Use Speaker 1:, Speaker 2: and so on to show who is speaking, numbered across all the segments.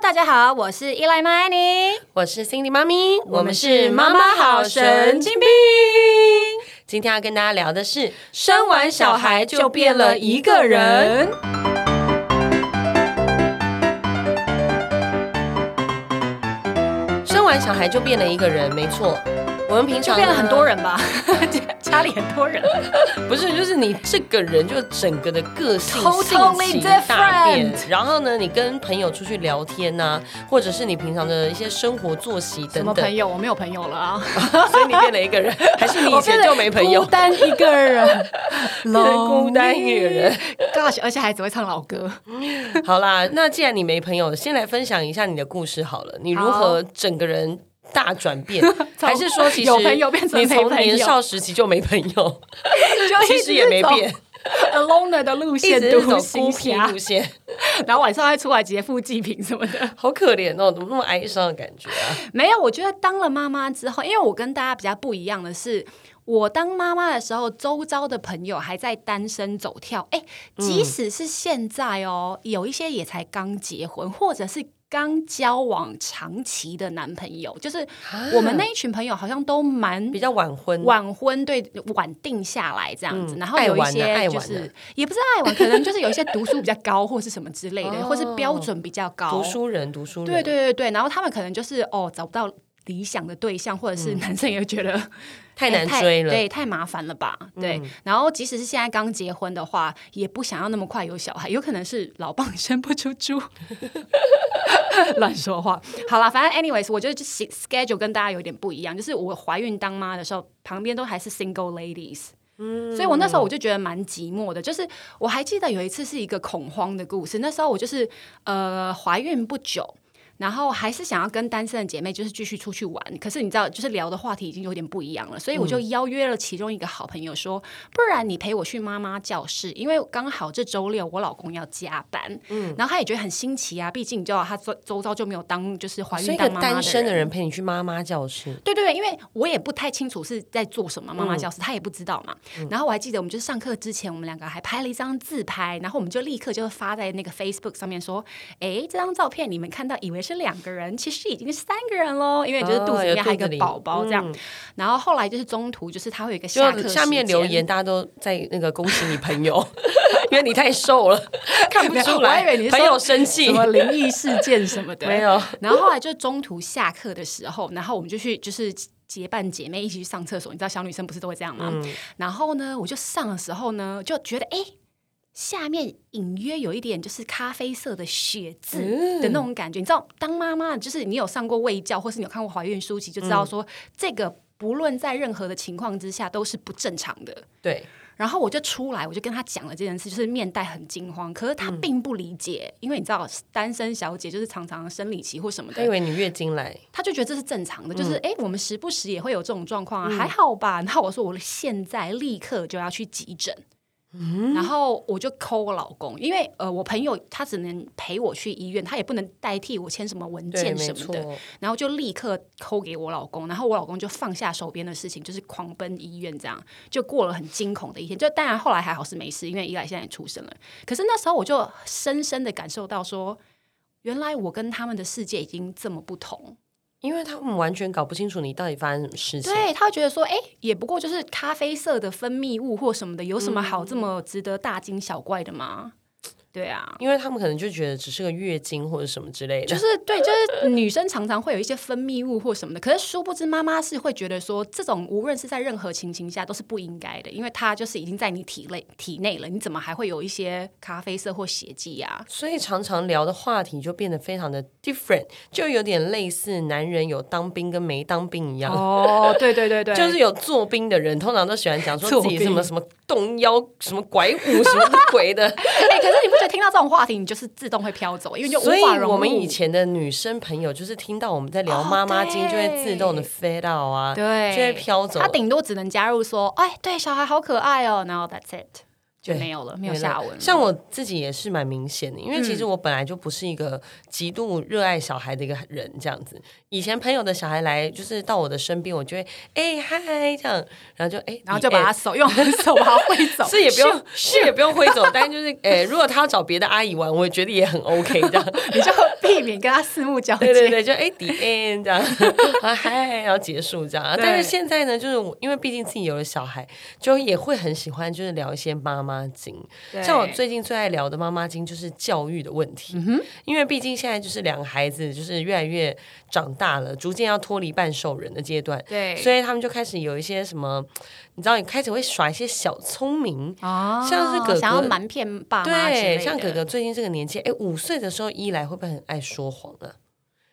Speaker 1: 大家好，我是依赖妈妮，
Speaker 2: 我是 Cindy 妈咪，我们是妈妈好神经病。今天要跟大家聊的是，生完小孩就变了一个人。生完小孩就变了一个人，没错。我们平
Speaker 1: 就
Speaker 2: 常
Speaker 1: 变了很多
Speaker 2: 人。
Speaker 1: 人 吧，家里很多人，
Speaker 2: 不是，就是你这个人就整个的个性
Speaker 1: Totally
Speaker 2: 性情大变
Speaker 1: different。
Speaker 2: 然后呢，你跟朋友出去聊天呐、或者是你平常的一些生活作息
Speaker 1: 什
Speaker 2: 等
Speaker 1: 么朋
Speaker 2: 等，
Speaker 1: 友？我没有朋友了 啊，
Speaker 2: 所以你变了一个人，还是你以前就没朋友
Speaker 1: 我变得孤？单一个人，
Speaker 2: 成 孤单一个人。
Speaker 1: ，Gosh，而且还只会唱老歌。
Speaker 2: 好啦，那既然你没朋友，先来分享一下你的故事好了。你如何整个人大转 变？还是说，其实
Speaker 1: 有朋友变成
Speaker 2: 你
Speaker 1: 没
Speaker 2: 从
Speaker 1: 朋友
Speaker 2: 年少时期就没 朋友，
Speaker 1: 就
Speaker 2: 其实也没变，
Speaker 1: ，Aloner 的路
Speaker 2: 一
Speaker 1: 线，
Speaker 2: 直是
Speaker 1: 独
Speaker 2: 走
Speaker 1: 行
Speaker 2: 孤僻
Speaker 1: 侠
Speaker 2: 路，线，
Speaker 1: 然后晚上还出来劫富济贫什么的。
Speaker 2: 好可怜哦，怎么那么哀伤的感觉啊？
Speaker 1: 没有，我觉得当了妈妈之后，因为我跟大家比较不一样的是，我当妈妈的时候，周遭的朋友还在单身走跳。哎，
Speaker 2: 嗯
Speaker 1: 即使是现在哦，有一些也才刚结婚，或者是。刚交往长期的男朋友，就是我们那一群朋友，好像都蛮
Speaker 2: 啊比较嗯晚婚，
Speaker 1: 晚婚，对，晚定下来这样子。
Speaker 2: 嗯
Speaker 1: 然后有一
Speaker 2: 爱玩啊
Speaker 1: 些
Speaker 2: 爱
Speaker 1: 就
Speaker 2: 玩啊
Speaker 1: 是也不是爱玩，可能就是有一些读书比较高，或是什么之类的，
Speaker 2: 哦
Speaker 1: 或是标准比较高，
Speaker 2: 读书人，读书人，
Speaker 1: 对，对对对，然后他们可能就是哦找不到理想的对象，或者是男生也会觉得、
Speaker 2: 嗯 太
Speaker 1: 哎
Speaker 2: 难追了。嗯
Speaker 1: 对，太麻烦了吧？对，然后即使是现在刚结婚的话，也不想要那么快有小孩，有可能是老蚌 生不出猪，乱说话。好啦，反正 anyways，我觉得就 s- schedule 跟大家有点不一样，就是我怀孕当妈的时候，旁边都还是 single ladies。所以
Speaker 2: 嗯
Speaker 1: 我那时候我就觉得蛮寂寞的，就是我还记得有一次是一个恐慌的故事，那时候我就是呃怀孕不久。然后还是想要跟单身的姐妹就是继续出去玩，可是你知道，就是聊的话题已经有点不一样了，所以我就
Speaker 2: 嗯
Speaker 1: 邀约了其中一个好朋友说，不然你陪我去妈妈教室，因为刚好这周六我老公要加班，嗯，然后他也觉得很新奇啊，毕竟你知道他周周遭就没有当就是怀
Speaker 2: 哦所
Speaker 1: 孕
Speaker 2: 以一个
Speaker 1: 当妈妈
Speaker 2: 单
Speaker 1: 的
Speaker 2: 身
Speaker 1: 人
Speaker 2: 的。人陪你去妈妈 教室，
Speaker 1: 对对对，因为我也不太清楚是在做什么，妈
Speaker 2: 嗯
Speaker 1: 妈教室、她也不知道嘛。然后我还记得，我们就是上课之前，我们两个还拍了一张自拍，然后我们就立刻就发在那个 Facebook 上面说：“哎，这张照片你们看到以为是两个人，其实已经是三个人喽，因为
Speaker 2: 哦
Speaker 1: 就是肚子里面还有一个宝宝这样。然后后来就是中途就是他会有一个下课
Speaker 2: 嗯就下面
Speaker 1: 时间
Speaker 2: 留言，大家都在那个恭喜你朋友， 因为你太瘦了， 看不出
Speaker 1: 我还以为
Speaker 2: 来
Speaker 1: 你。是说
Speaker 2: 朋友生气
Speaker 1: 什，么灵异事件什么的，
Speaker 2: 没有。
Speaker 1: 然后后来就中途下课的时候，然后我们就去就是结伴姐妹一起去上厕所，你知道小女生不是都会这样吗？
Speaker 2: 嗯
Speaker 1: 然后呢，我就上的时候呢，就觉得哎。诶下面隐约有一点就是咖啡色的血渍
Speaker 2: 嗯
Speaker 1: 的那种感觉，你知道，当妈妈就是你有上过卫教，或是你有看过怀孕书籍，就知
Speaker 2: 嗯
Speaker 1: 道说、这个不论在任何的情况之下都是不正常的。
Speaker 2: 对，
Speaker 1: 然后我就出来，我就跟他讲了这件事，就是面带很惊慌，可是他
Speaker 2: 嗯
Speaker 1: 并不理解，因为你知道单身小姐就是常常生理期或什么
Speaker 2: 他以
Speaker 1: 的，
Speaker 2: 为你月经来，
Speaker 1: 他就觉得这是正常
Speaker 2: 嗯
Speaker 1: 的，就是哎、诶我们时不时也会有这种状况啊，还好吧。然后我说我现在立刻就要去急诊。
Speaker 2: 嗯
Speaker 1: 然后我就抠我老公，因为呃，我朋友他只能陪我去医院，他也不能代替我签什么文
Speaker 2: 对，
Speaker 1: 件
Speaker 2: 没
Speaker 1: 什么
Speaker 2: 错
Speaker 1: 的。。然后就立刻抠给我老公，然后我老公就放下手边的事情，就是狂奔医院，这样就过了很惊恐的一天。就当然后来还好是没事，因为伊莱现在也出生了。可是那时候我就深深的感受到说，原来我跟他们的世界已经这么不同。
Speaker 2: 因为他们完全搞不清楚你到底发生什么事情。
Speaker 1: 对，他会觉得说，哎，也不过就是咖啡色的分泌物或什么的，有什么好这么值得大惊小怪的吗？对啊，
Speaker 2: 因为他们可能就觉得只是个月经或者什么之类的，
Speaker 1: 就是对，就是女生常常会有一些分泌物或什么的，可是殊不知妈妈是会觉得说，这种无论是在任何情形下都是不应该的，因为它就是已经在你体内体内了，你怎么还会有一些咖啡色或血迹 啊？
Speaker 2: 所以常常聊的话题就变得非常的 different，就有点类似男人有当兵跟没当兵一样。
Speaker 1: 哦，对对对对
Speaker 2: 就是有做兵的人，通常都喜欢讲说
Speaker 1: 做
Speaker 2: 自己
Speaker 1: 兵
Speaker 2: 什么什么动腰、什么拐舞、什么鬼的。
Speaker 1: 哎、可是你不觉得听到这种话题，你就是自动会飘走，因为 就无
Speaker 2: 所以
Speaker 1: 法融入。
Speaker 2: 我们以前的女生朋友，就是听到我们在聊
Speaker 1: 哦
Speaker 2: 妈妈经，就
Speaker 1: 对
Speaker 2: 会自动的 fade out 啊，
Speaker 1: 对
Speaker 2: 就会飘走
Speaker 1: 他。顶多只能加入说，哎，对，小孩好可爱哦，然后 that's it。就
Speaker 2: 对
Speaker 1: 没有了，没有下文了。
Speaker 2: 像我自己也是蛮明显的，因为其实我本来就不是一个极度热爱小孩的一个人，这样子。以前朋友的小孩来，就是到我的身边，我就会哎嗨这样，然后就哎，
Speaker 1: 然后就把他手用手把他挥走，
Speaker 2: 是也不用，是也 不用挥走，但就是哎，如果他要找别的阿姨玩，我也觉得也很 OK 这样。
Speaker 1: 你就避免跟他四目交接。
Speaker 2: 对对对，就哎 the end 这样，啊嗨，然后结束这样。啊
Speaker 1: 对
Speaker 2: 但是现在呢，就是我因为毕竟自己有了小孩，就也会很喜欢就是聊一些妈妈经。
Speaker 1: 对嗯
Speaker 2: 像我最近最爱聊的妈妈经就是教育的问题，因为毕竟现在就是两个孩子就是越来越长大了，逐渐要脱离半兽人的阶段，
Speaker 1: 对，
Speaker 2: 所
Speaker 1: 以
Speaker 2: 以他们就开始有一些什么，你知道，你开始会耍一些小聪明。
Speaker 1: 啊
Speaker 2: 像是哥哥
Speaker 1: 想要瞒骗爸妈之类
Speaker 2: 对，
Speaker 1: 的
Speaker 2: 像哥哥最近这个年纪，哎，五岁的时候，一来会不会很爱说谎啊？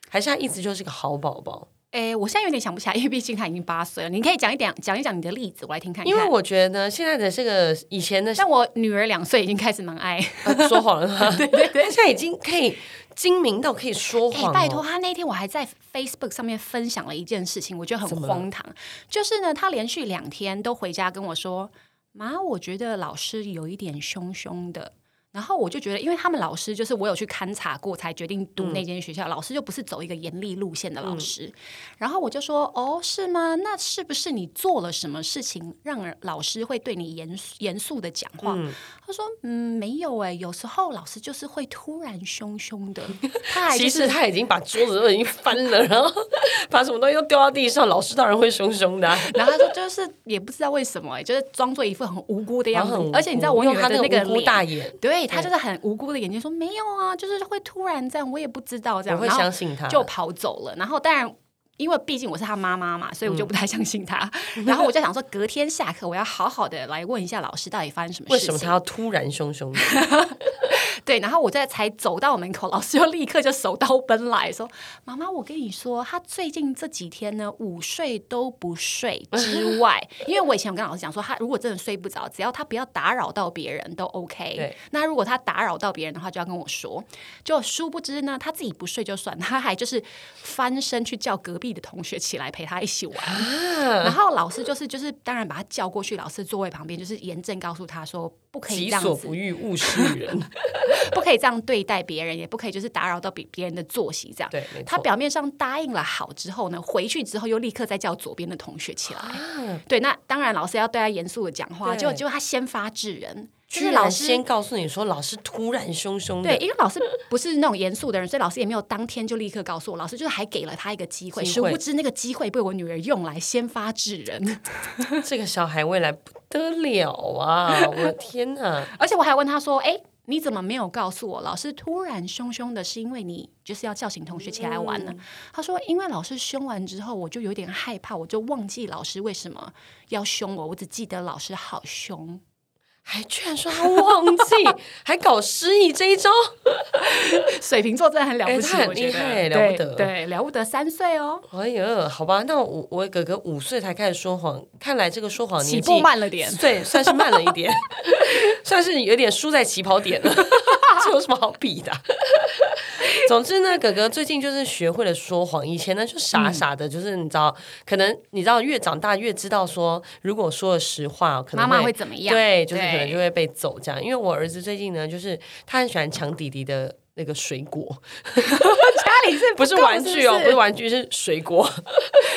Speaker 2: 还是他一直就是个好宝宝？
Speaker 1: 哎、我现在有点想不起来，因为毕竟他已经八岁了。你可以讲一点，讲一讲你的例子，我来听看看。
Speaker 2: 因为我觉得现在的这个以前的、
Speaker 1: 像我女儿两岁已经开始蛮爱，
Speaker 2: 呃说 谎了吗，对对对，现在已经可以精明到可以说
Speaker 1: 哎、
Speaker 2: 谎、哦
Speaker 1: 拜托，，她那天我还在 Facebook 上面分享了一件事情，我觉得很
Speaker 2: 怎么了
Speaker 1: 荒唐。就是呢，她连续两天都回家跟我说：“妈，我觉得老师有一点凶凶的。”然后我就觉得，因为他们老师就是我有去勘察过，才决定
Speaker 2: 嗯
Speaker 1: 读那间学校。老师就不是走一个严厉路线的老师。然后我就说：“哦，是吗？那是不是你做了什么事情，让人老师会对你严肃严肃的讲话？”他说：“嗯，没有哎、有时候老师就是会突然凶凶 的。他还就
Speaker 2: 其
Speaker 1: 是
Speaker 2: 实他已经把桌子都已经翻了， 然后把什么东西都丢到地上，老师当然会凶凶的啊、
Speaker 1: 然后他说就是也不知道为什么、欸，就是装作一副很无辜的样
Speaker 2: 然
Speaker 1: 子
Speaker 2: 哦后很无，辜
Speaker 1: 而且你知道我女
Speaker 2: 用
Speaker 1: 儿
Speaker 2: 他
Speaker 1: 的那
Speaker 2: 个
Speaker 1: 个
Speaker 2: 无辜大
Speaker 1: 脸，
Speaker 2: 眼，
Speaker 1: 对她就是很无辜的眼睛说没有啊，就是会突然这样，我也不知道这
Speaker 2: 我
Speaker 1: 样，
Speaker 2: 会
Speaker 1: 然后
Speaker 2: 相信他。
Speaker 1: 就跑走了。然后当然。因为毕竟我是她妈妈嘛，所以我就不太相信 她。然后我就想说，隔天下课我要好好的来问一下老师，到底发生什么
Speaker 2: 为
Speaker 1: 事情？
Speaker 2: 什么他要突然凶凶的？
Speaker 1: 对，然后我在才走到门口，老师就立刻就手刀奔来说：“妈妈，我跟你说，他最近这几天呢，午睡都不睡 之外，因为我以前有跟老师讲说，他如果真的睡不着，只要他不要打扰到别人都 OK
Speaker 2: 对。
Speaker 1: 那如果他打扰到别人的话，就要跟我说。就殊不知呢，他自己不睡就算，他还就是翻身去叫隔壁的同学起来陪他一起玩。
Speaker 2: 啊
Speaker 1: 然后老师就是就是，当然把他叫过去，老师座位旁边就是严正告诉他说，不可以
Speaker 2: 己
Speaker 1: 这样
Speaker 2: 所
Speaker 1: 子。”
Speaker 2: 不欲，勿施 于人。
Speaker 1: 不可以这样对待别人，也不可以就是打扰到别别人的作息这样。
Speaker 2: 对，没错。
Speaker 1: 他表面上答应了好之后呢，回去之后又立刻再叫左边的同学起来。
Speaker 2: 啊
Speaker 1: 对，那当然老师要对他严肃的讲话，
Speaker 2: 对
Speaker 1: 结果结果他先发制人，就
Speaker 2: 居
Speaker 1: 是老
Speaker 2: 然
Speaker 1: 师
Speaker 2: 先告诉你说，老师突然凶凶的，
Speaker 1: 对，因为老师不是那种严肃的人，所以老师也没有当天就立刻告诉我，老师就是还给了他一个机会，
Speaker 2: 机
Speaker 1: 殊
Speaker 2: 会
Speaker 1: 不知那个机会被我女儿用来先发制人，
Speaker 2: 这个小孩未来不得了啊！我的 天哪，
Speaker 1: 而且我还问他说：“哎。”你怎么没有告诉我？老师突然凶凶的，是因为你就是要叫醒同学起来玩呢？
Speaker 2: 嗯
Speaker 1: 他说：“因为老师凶完之后，我就有点害怕，我就忘记老师为什么要凶我，我只记得老师好凶。
Speaker 2: 还居然说他忘记，还搞失忆这一招，
Speaker 1: 水瓶座真的很了不起，
Speaker 2: 哎他很
Speaker 1: 我觉
Speaker 2: 厉害
Speaker 1: 得
Speaker 2: 了
Speaker 1: 对
Speaker 2: 不得
Speaker 1: 对，了不得三岁哦，
Speaker 2: 哎呀，好吧，那我我哥哥五岁才开始说谎，看来这个说谎年纪
Speaker 1: 起步慢了点。
Speaker 2: 对，算是慢了一点，算是有点输在起跑 点了。这有什么好比的啊？总之呢，哥哥最近就是学会了说谎。以前呢，就傻傻的，就是你知道，可能你知道，越长大越知道说，如果说了实话，可能
Speaker 1: 妈妈会怎么样
Speaker 2: 对，就是
Speaker 1: 对
Speaker 2: 可能就会被走这样。因为我儿子最近呢，就是他很喜欢抢弟弟的那个水 果，
Speaker 1: 家里是
Speaker 2: 不是玩具哦，
Speaker 1: 不
Speaker 2: 不是玩具，是水果。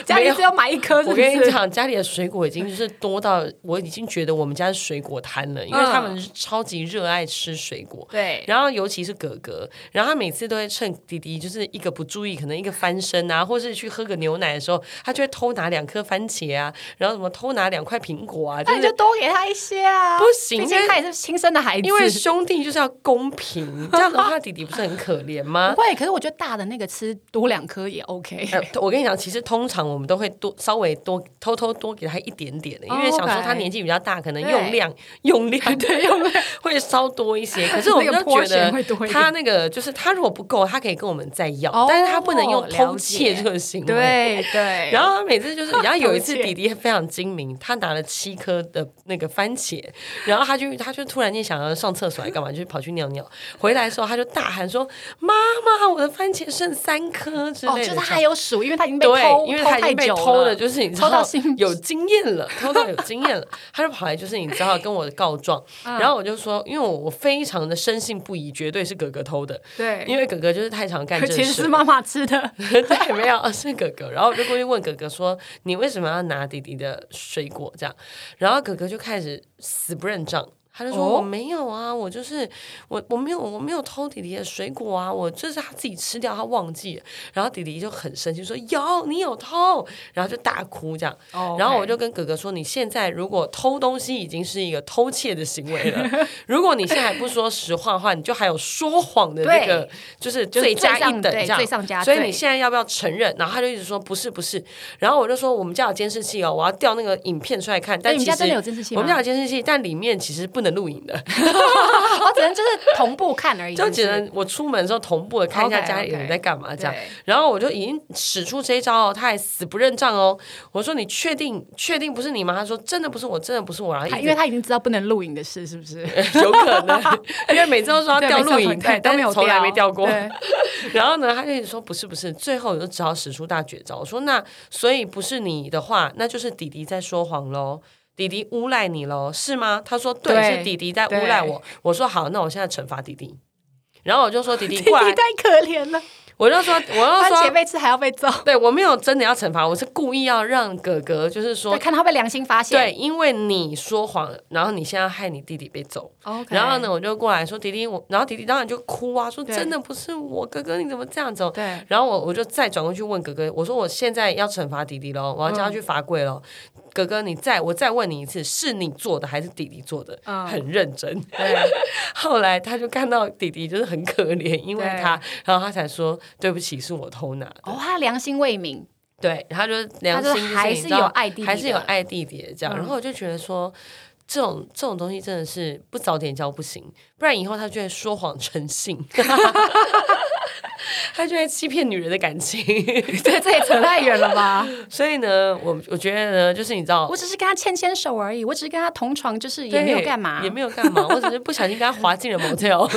Speaker 1: 家
Speaker 2: 没
Speaker 1: 里
Speaker 2: 有
Speaker 1: 是要买一颗，是
Speaker 2: 我
Speaker 1: 不是
Speaker 2: 跟你，讲，家里的水果已经就是多到我已经觉得我们家是水果摊了，因为他们是超级热爱吃水果。
Speaker 1: 对，
Speaker 2: 然后尤其是哥哥，然后他每次都会趁弟弟就是一个不注意，可能一个翻身啊，或是去喝个牛奶的时候，他就会偷拿两颗番茄啊，然后什么偷拿两块苹果啊，就
Speaker 1: 那你就是多给他一些啊，
Speaker 2: 不行
Speaker 1: 毕竟
Speaker 2: 因为
Speaker 1: 他也是亲生的孩子，
Speaker 2: 因为兄弟就是要公平， 这样的话弟弟不是很可怜吗
Speaker 1: 不？会，可是我觉得大的那个吃多两颗也 OK。
Speaker 2: 呃我跟你讲，其实通常我们都会多稍微多偷偷多给他一点点的，因为
Speaker 1: 哦
Speaker 2: 想说他
Speaker 1: OK
Speaker 2: 年纪比较大，可能
Speaker 1: 对
Speaker 2: 用量用量对用量 会稍多 一些。可是我们
Speaker 1: 那个
Speaker 2: 就觉
Speaker 1: portion 会多
Speaker 2: 得
Speaker 1: 一点
Speaker 2: 他那个就是他如果不够，他可以跟我们再要，
Speaker 1: 哦
Speaker 2: 但是他不能用偷
Speaker 1: 了解
Speaker 2: 窃这个行为。。
Speaker 1: 对对，
Speaker 2: 然后他每次就是，然后有 一次
Speaker 1: 偷窃
Speaker 2: 弟弟非常精明，他拿了七颗的那个番茄，然后他就他就突然间想要上厕所来干嘛，就跑去尿尿，回来的时候他就大喊说：“妈妈，我的番茄剩三颗之类
Speaker 1: 哦，
Speaker 2: 的。”
Speaker 1: 就是他还有数，因为他已经被偷，
Speaker 2: 对，因为他已经被
Speaker 1: 偷太久
Speaker 2: 偷了，
Speaker 1: 了
Speaker 2: 就是你知
Speaker 1: 偷
Speaker 2: 道
Speaker 1: 到心
Speaker 2: 有经验了， 偷到有经验了，他就跑来就是你知道跟我告状，
Speaker 1: 嗯
Speaker 2: 然后我就说，因为我我非常的深信不疑，绝对是哥哥偷的，
Speaker 1: 对，
Speaker 2: 因为哥哥就是太常干
Speaker 1: 可
Speaker 2: 这
Speaker 1: 其实
Speaker 2: 事
Speaker 1: 是，妈妈吃 的，
Speaker 2: 对，没有是哥哥，然后我就过去问哥哥说，你为什么要拿弟弟的水果这样？然后哥哥就开始死不认账。他就说、
Speaker 1: 哦
Speaker 2: 我没有啊，我就是我我没有我没有偷弟弟的水果啊，我这是他自己吃掉，他忘记了。然后弟弟就很生气说有你有偷，然后就大哭这样。
Speaker 1: 哦
Speaker 2: 然后 我就跟哥哥说：“你现在如果偷东西已经是一个偷窃的行 为了，如果你现在还不说实话的话，你就还有说谎的那个，就是罪加一等
Speaker 1: 就是罪上
Speaker 2: 这
Speaker 1: 对罪上加
Speaker 2: 样，所
Speaker 1: 罪
Speaker 2: 以你现在要不要承认？”然后他就一直说：“不是，不是。”然后我就说：“我们家有监视器哦，我要调那个影片出来看。”但
Speaker 1: 你
Speaker 2: 其
Speaker 1: 们
Speaker 2: 实
Speaker 1: 家真的有监视器吗
Speaker 2: 我们家有监视器，但里面其实不能录影的，
Speaker 1: 我哦只能就是同步看而已，
Speaker 2: 就只
Speaker 1: 是不是
Speaker 2: 能我出门的时候同步的看一下
Speaker 1: OK，
Speaker 2: 家里人
Speaker 1: OK
Speaker 2: 在干嘛这样。
Speaker 1: 对
Speaker 2: 然后我就已经使出这一招哦，他还死不认账哦。我说你确定确定不是你吗？他说真的不是我，真的不是我。然后一
Speaker 1: 他
Speaker 2: 直
Speaker 1: 因为他已经知道不能录影的事，是不是？
Speaker 2: 有可能，因为每次都说要
Speaker 1: 对
Speaker 2: 掉
Speaker 1: 没错
Speaker 2: 录影带，
Speaker 1: 对都
Speaker 2: 但
Speaker 1: 没
Speaker 2: 是
Speaker 1: 有
Speaker 2: 从来没掉过。
Speaker 1: 对
Speaker 2: 然后呢，他就一直说不是不是，最后我就只好使出大绝招。我说那所以不是你的话，那就是弟弟在说谎喽。弟弟诬赖你喽，是吗？他说对，
Speaker 1: 对
Speaker 2: 是弟弟在诬赖我。我说好，那我现在惩罚弟弟。然后我就说弟弟过来
Speaker 1: 你，太可怜了，
Speaker 2: 我 就说，我就
Speaker 1: 番茄
Speaker 2: 说，
Speaker 1: 被吃还要被揍，
Speaker 2: 对我没有真的要惩罚，我是故意要让哥哥，就是
Speaker 1: 对，
Speaker 2: 说，
Speaker 1: 看他被良心发现。
Speaker 2: 对，因为你说谎，然后你现在害你弟弟被揍。
Speaker 1: ，OK。
Speaker 2: 然后呢，？我就过来说弟弟，我，然后弟弟当然就哭啊，说
Speaker 1: 对
Speaker 2: 真的不是我哥哥，你怎么这样子哦？
Speaker 1: 对，
Speaker 2: 然后我我就再转过去问哥哥，我说我现在要惩罚弟弟
Speaker 1: 嗯
Speaker 2: 喽，我要叫他去罚跪喽。哥哥，你再我再问你一次，是你做的还是弟弟做的？
Speaker 1: 嗯
Speaker 2: 很认真。
Speaker 1: 对，
Speaker 2: 后来他就看到弟弟就是很可怜，因为
Speaker 1: 对
Speaker 2: 他，然后他才说对不起，是我偷拿的。
Speaker 1: 哦，他良心未泯，
Speaker 2: 对，他就是良
Speaker 1: 他就
Speaker 2: 心就是
Speaker 1: 还
Speaker 2: 你
Speaker 1: 是
Speaker 2: 知道
Speaker 1: 有爱弟弟
Speaker 2: 还是有
Speaker 1: 的嗯
Speaker 2: 爱弟弟的这样。然后我就觉得说，这种这种东西真的是不早点教不行，不然以后他就会说谎成性， 他就会欺骗女人的感情。
Speaker 1: 对，这也扯太远了吧？
Speaker 2: 所以呢，我我觉得呢，就是你知道
Speaker 1: 我。只是跟他牵牵手而已，我只是跟他同床，就是也没有
Speaker 2: 对
Speaker 1: 干嘛，
Speaker 2: 也没有干嘛，我只是不小心跟他滑进了 motel，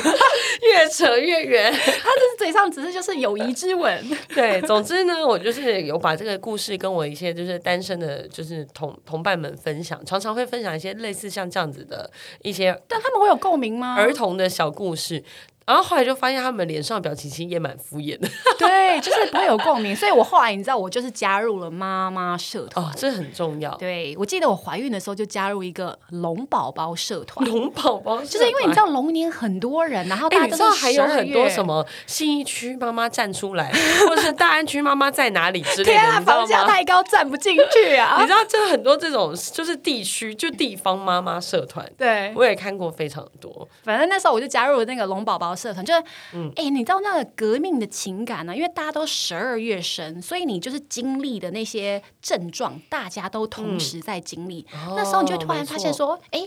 Speaker 2: 越 扯越远。
Speaker 1: 他只是嘴上只是就是友谊之吻，
Speaker 2: 对，总之呢，我就是有把这个故事跟我一些就是单身的，就是同同伴们分享，常常会分享一些类似像这样子的一些
Speaker 1: 但他们会有共鸣吗？
Speaker 2: 儿童的小故事。然后后来就发现他们脸上的表情其实也蛮敷衍的
Speaker 1: 对，就是不会有共鸣，所以我后来你知道，我就是加入了妈妈社团。
Speaker 2: 哦，这很重要。
Speaker 1: 对，我记得我怀孕的时候就加入一个龙宝宝社团，
Speaker 2: 龙宝宝
Speaker 1: 就是因为你知
Speaker 2: 道，
Speaker 1: 道龙年很多人，然后
Speaker 2: 哎、
Speaker 1: 大
Speaker 2: 你
Speaker 1: 家
Speaker 2: 知
Speaker 1: 都
Speaker 2: 道
Speaker 1: 是
Speaker 2: 还有很多
Speaker 1: 12
Speaker 2: 什么信义区妈妈站出来，或者是大安区妈妈在哪里之
Speaker 1: 月？
Speaker 2: 类
Speaker 1: 天
Speaker 2: 的，
Speaker 1: 啊，
Speaker 2: 你知道
Speaker 1: 房价
Speaker 2: 吗？
Speaker 1: 太高，站不进去
Speaker 2: 你
Speaker 1: 啊！
Speaker 2: 知道这很多这种就是地区就地方妈妈社团，
Speaker 1: 对，
Speaker 2: 我也看过非常多。
Speaker 1: 反正那时候我就加入了那个龙宝宝社团，就是，哎、
Speaker 2: 嗯
Speaker 1: 你知道那个革命的情感呢、啊因为大家都十二月生，所以你就是经历的那些症状，大家都
Speaker 2: 嗯
Speaker 1: 同时在经历。那时候你就会突然发现说，哎、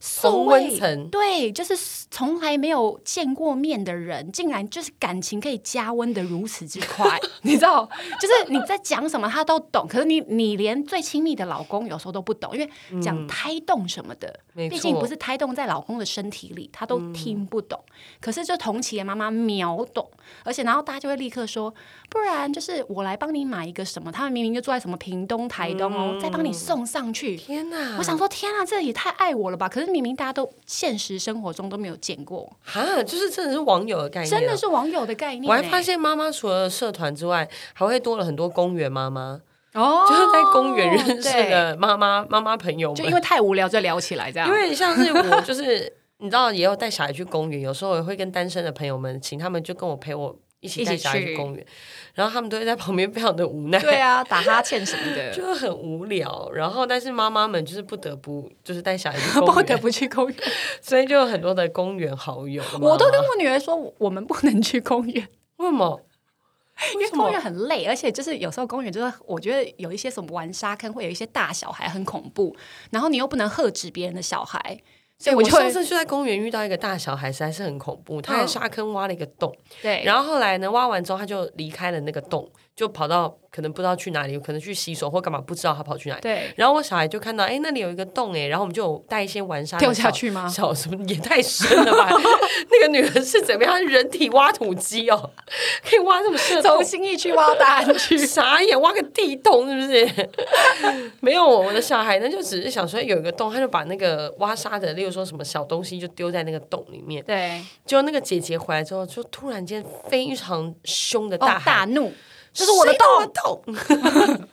Speaker 1: 素
Speaker 2: 哦同温
Speaker 1: 未
Speaker 2: 层
Speaker 1: 对，就是从来没有见过面的人，竟然就是感情可以加温的如此之 快，你知道？就是你在讲什么他都懂，可是你你连最亲密的老公有时候都不懂，因为讲胎动什么的，
Speaker 2: 嗯没
Speaker 1: 毕竟
Speaker 2: 错嗯
Speaker 1: 不是胎动在老公的身体里，他都听不懂。可是就同期的妈妈秒懂，而且然后大家就会立刻说，不然就是我来帮你买一个什么，他们明明就住在什么屏东、台东哦，再
Speaker 2: 嗯
Speaker 1: 帮你送上去。
Speaker 2: 天哪！
Speaker 1: 我想说，天啊，这也太爱我了吧！可是明明大家都现实生活中都没有见过，
Speaker 2: 哈，就是真的是网友的概念啊、
Speaker 1: 真的是网友的概念、欸。
Speaker 2: 我还发现妈妈除了社团之外，还会多了很多公园妈妈，
Speaker 1: 哦，
Speaker 2: 就是在公园认识的妈妈妈妈朋友
Speaker 1: 对，就
Speaker 2: 们。
Speaker 1: 因为太无聊就聊起来这样。
Speaker 2: 因为像是我就是。你知道，也有带小孩去公园，有时候也会跟单身的朋友们，请他们就跟我陪我一起
Speaker 1: 一起
Speaker 2: 带小孩去
Speaker 1: 去
Speaker 2: 公园，然后他们都会在旁边非常的无奈，
Speaker 1: 对啊，打哈欠什么的，
Speaker 2: 就很无聊。然后，但是妈妈们就是不得不就是带小 孩去公
Speaker 1: 不得
Speaker 2: 园，
Speaker 1: 不去公园。
Speaker 2: 所以就有很多的公园好友妈妈。
Speaker 1: 我都跟我女儿说，我我们不能去公园，
Speaker 2: 为什么？
Speaker 1: 因
Speaker 2: 为
Speaker 1: 为
Speaker 2: 什么
Speaker 1: 公园很累，而且就是有时候公园就是我觉得有一些什么玩沙坑，会有一些大小孩很恐怖，然后你又不能呵止别人的小孩，所以
Speaker 2: 我
Speaker 1: 我就
Speaker 2: 上
Speaker 1: 会
Speaker 2: 次就在公园遇到一个大小孩，实在是很恐怖。他在
Speaker 1: 嗯
Speaker 2: 沙坑挖了一个洞，
Speaker 1: 对，
Speaker 2: 然后后来呢，挖完之后他就离开了那个洞，就跑到可能不知道去哪里，可能去洗手或干嘛，不知道他跑去哪里。
Speaker 1: 对，
Speaker 2: 然后我小孩就看到，哎，那里有一个洞，哎，然后我们就有带一些玩沙的
Speaker 1: 掉下
Speaker 2: 小
Speaker 1: 去吗
Speaker 2: 小什么也太深了吧？ 那个女人是怎么样？人体挖土机哦， 可以挖这么深的洞
Speaker 1: 从？新义区挖到 大安区，
Speaker 2: 傻眼，挖个地洞是不是？ 没有，我的小孩呢，就只是想说有一个洞，他就把那个挖沙的，例如说什么小东西，就丢在那个洞里面。
Speaker 1: 对，
Speaker 2: 结果那个姐姐回来之后，就突然间非常凶的大
Speaker 1: 哦，大
Speaker 2: 喊：“
Speaker 1: 怒，这是我的
Speaker 2: 谁动我
Speaker 1: 洞
Speaker 2: 洞！”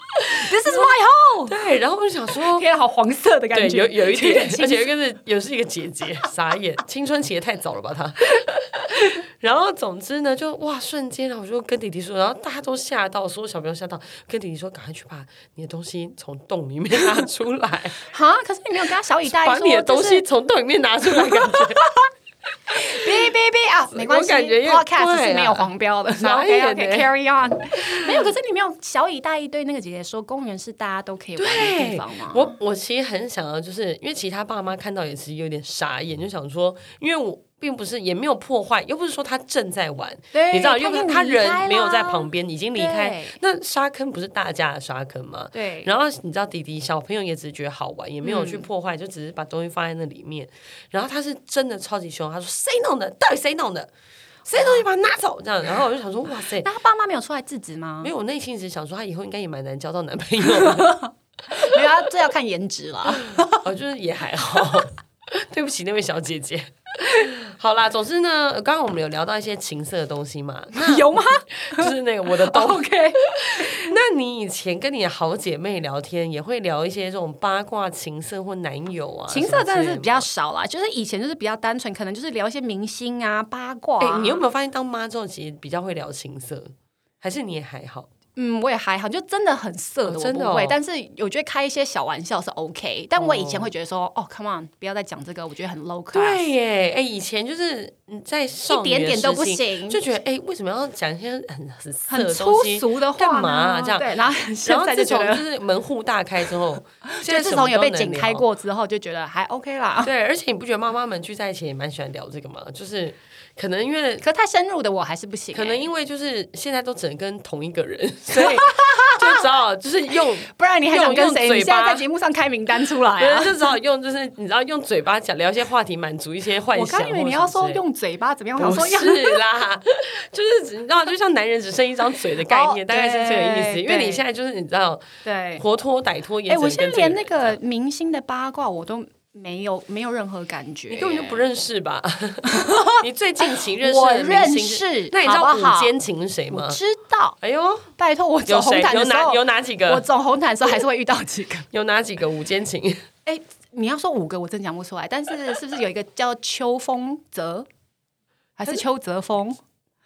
Speaker 1: ，This is my home。
Speaker 2: 对，然后我就想说，
Speaker 1: 天啊，好黄色的
Speaker 2: 对
Speaker 1: 感，觉，
Speaker 2: 有有一
Speaker 1: 有
Speaker 2: 点，
Speaker 1: 清
Speaker 2: 而且一个是也是一个姐姐，傻眼，青春期也太早了吧她。 然后总之呢，就哇瞬间啊，我就跟弟弟说，然后大家都吓到，所有小朋友吓到，跟弟弟说赶快去把你的东西从洞里面拿 出来，
Speaker 1: 哈，可是你没有跟他小以待
Speaker 2: 把
Speaker 1: 说，
Speaker 2: 你的东西从洞里面 拿出来，感觉
Speaker 1: 哔哔哔啊，没关系
Speaker 2: 我感觉有点
Speaker 1: ，Podcast
Speaker 2: 怪
Speaker 1: 是
Speaker 2: 啊
Speaker 1: 没有黄标的
Speaker 2: 傻
Speaker 1: ，OK
Speaker 2: 眼
Speaker 1: OK
Speaker 2: 欸
Speaker 1: Carry on，没有，可是你没有小以大一对那个姐姐说，公园是大家都可以玩的地
Speaker 2: 对
Speaker 1: 方吗？
Speaker 2: 我我其实很想要，就是因为其他爸妈看到也是有点傻眼，就想说，因为我并不是也没有破坏，又不是说他正在玩，
Speaker 1: 对
Speaker 2: 你知道，
Speaker 1: 哎他
Speaker 2: 因为
Speaker 1: 已经
Speaker 2: 他
Speaker 1: 离
Speaker 2: 人
Speaker 1: 开啊
Speaker 2: 没有在
Speaker 1: 啦
Speaker 2: 旁边，已经离开
Speaker 1: 对。
Speaker 2: 那沙坑不是大家的沙坑吗？
Speaker 1: 对，
Speaker 2: 然后你知道，弟弟小朋友也只是觉得好玩，也没有
Speaker 1: 嗯
Speaker 2: 去破坏，就只是把东西放在那里面。然后他是真的超级凶，他说：“谁弄的？到底谁弄的？谁东西把它拿走？”这样，然后我就想说：“哇塞！”
Speaker 1: 那他爸妈没有出来制止 吗
Speaker 2: 没？有，我内心只想说，他以后应该也蛮难交到男朋友的。
Speaker 1: 没有，他啊这要看颜值啦。
Speaker 2: 哦，就是也还好。 对不起，那位小姐姐。好啦，总之呢，刚刚我们有聊到一些情色的东西嘛，
Speaker 1: 有 吗
Speaker 2: 就是那个我的刀。
Speaker 1: ？OK，
Speaker 2: 那你以前跟你的好姐妹聊天，也会聊一些这种八卦、情色或男友啊？
Speaker 1: 情
Speaker 2: 什么
Speaker 1: 色
Speaker 2: 之
Speaker 1: 真的
Speaker 2: 类
Speaker 1: 是比较少啦，就是以前就是比较单纯，可能就是聊一些明星啊、八卦
Speaker 2: 吗。
Speaker 1: 啊、
Speaker 2: 哎、你有没有发现当妈之后，其实比较会聊情色，还是你也还好？
Speaker 1: 嗯，我也还好，就真的很色的
Speaker 2: 哦
Speaker 1: 我
Speaker 2: 真的
Speaker 1: 不会，
Speaker 2: 哦
Speaker 1: 但是我觉得开一些小玩笑是 OK。但我以前会觉得说，哦 c o m e on，不要再讲这个，我觉得很 low class。
Speaker 2: 对耶，哎、以前就是你在少
Speaker 1: 一点
Speaker 2: 女的
Speaker 1: 点都
Speaker 2: 时
Speaker 1: 不
Speaker 2: 期
Speaker 1: 行
Speaker 2: 就觉得哎、为什么要讲一些很很色
Speaker 1: 很
Speaker 2: 的
Speaker 1: 粗
Speaker 2: 东西？
Speaker 1: 俗的话呢
Speaker 2: 干嘛啊这样
Speaker 1: 对，然后
Speaker 2: 然
Speaker 1: 现
Speaker 2: 后
Speaker 1: 在
Speaker 2: 自
Speaker 1: 就觉
Speaker 2: 从就
Speaker 1: 得，
Speaker 2: 是门户大开 之后，现
Speaker 1: 就
Speaker 2: 在
Speaker 1: 自
Speaker 2: 什么
Speaker 1: 从有被
Speaker 2: 都能
Speaker 1: 剪开
Speaker 2: 聊。
Speaker 1: 过之后，就觉得还 OK 啦。
Speaker 2: 对，而且你不觉得妈妈们聚在一起也蛮喜欢聊这个吗？就是可能因为
Speaker 1: 可太深入的我还是不行、
Speaker 2: 可能
Speaker 1: 欸
Speaker 2: 因为就是现在都只能跟同一个人，所以就只 好就是用，
Speaker 1: 不然你还想跟
Speaker 2: 用
Speaker 1: 谁？
Speaker 2: 嘴
Speaker 1: 你现在
Speaker 2: 巴
Speaker 1: 在节目上开名单出来 啊！
Speaker 2: 就只好用就是你知道用嘴巴讲聊一些话题，满足一些幻
Speaker 1: 我
Speaker 2: 想。
Speaker 1: 刚以为你要说。用嘴巴怎么样，我
Speaker 2: 不
Speaker 1: 想说 要
Speaker 2: 是啦，就是你知道，就像男人只剩一张嘴的概念，
Speaker 1: 哦
Speaker 2: 大概是这个意思。
Speaker 1: 对
Speaker 2: 因为你
Speaker 1: 对
Speaker 2: 现在就是你知道，
Speaker 1: 对。
Speaker 2: 活脱歹脱也
Speaker 1: 哎、
Speaker 2: 只
Speaker 1: 我
Speaker 2: 能
Speaker 1: 现
Speaker 2: 跟
Speaker 1: 在
Speaker 2: 这
Speaker 1: 连
Speaker 2: 个
Speaker 1: 那
Speaker 2: 人
Speaker 1: 个明星的八卦我都没有没有任何感觉耶，
Speaker 2: 你根本就不认识 吧？你最近期认识
Speaker 1: 我
Speaker 2: 的明
Speaker 1: 认
Speaker 2: 星是，
Speaker 1: 识，
Speaker 2: 那你知道
Speaker 1: 好不好
Speaker 2: 五间情是谁
Speaker 1: 我
Speaker 2: 吗？
Speaker 1: 知道，
Speaker 2: 哎呦，
Speaker 1: 拜托我
Speaker 2: 有
Speaker 1: 走红
Speaker 2: 谁？
Speaker 1: 毯
Speaker 2: 有
Speaker 1: 的时
Speaker 2: 哪
Speaker 1: 候，
Speaker 2: 有哪几
Speaker 1: 我
Speaker 2: 个？
Speaker 1: 走红毯的时候还是会遇到几个。
Speaker 2: 有哪几个五间情？
Speaker 1: 哎、你要说五个，我真讲不出来。但 是是不是有一个叫秋风泽，还是邱泽峰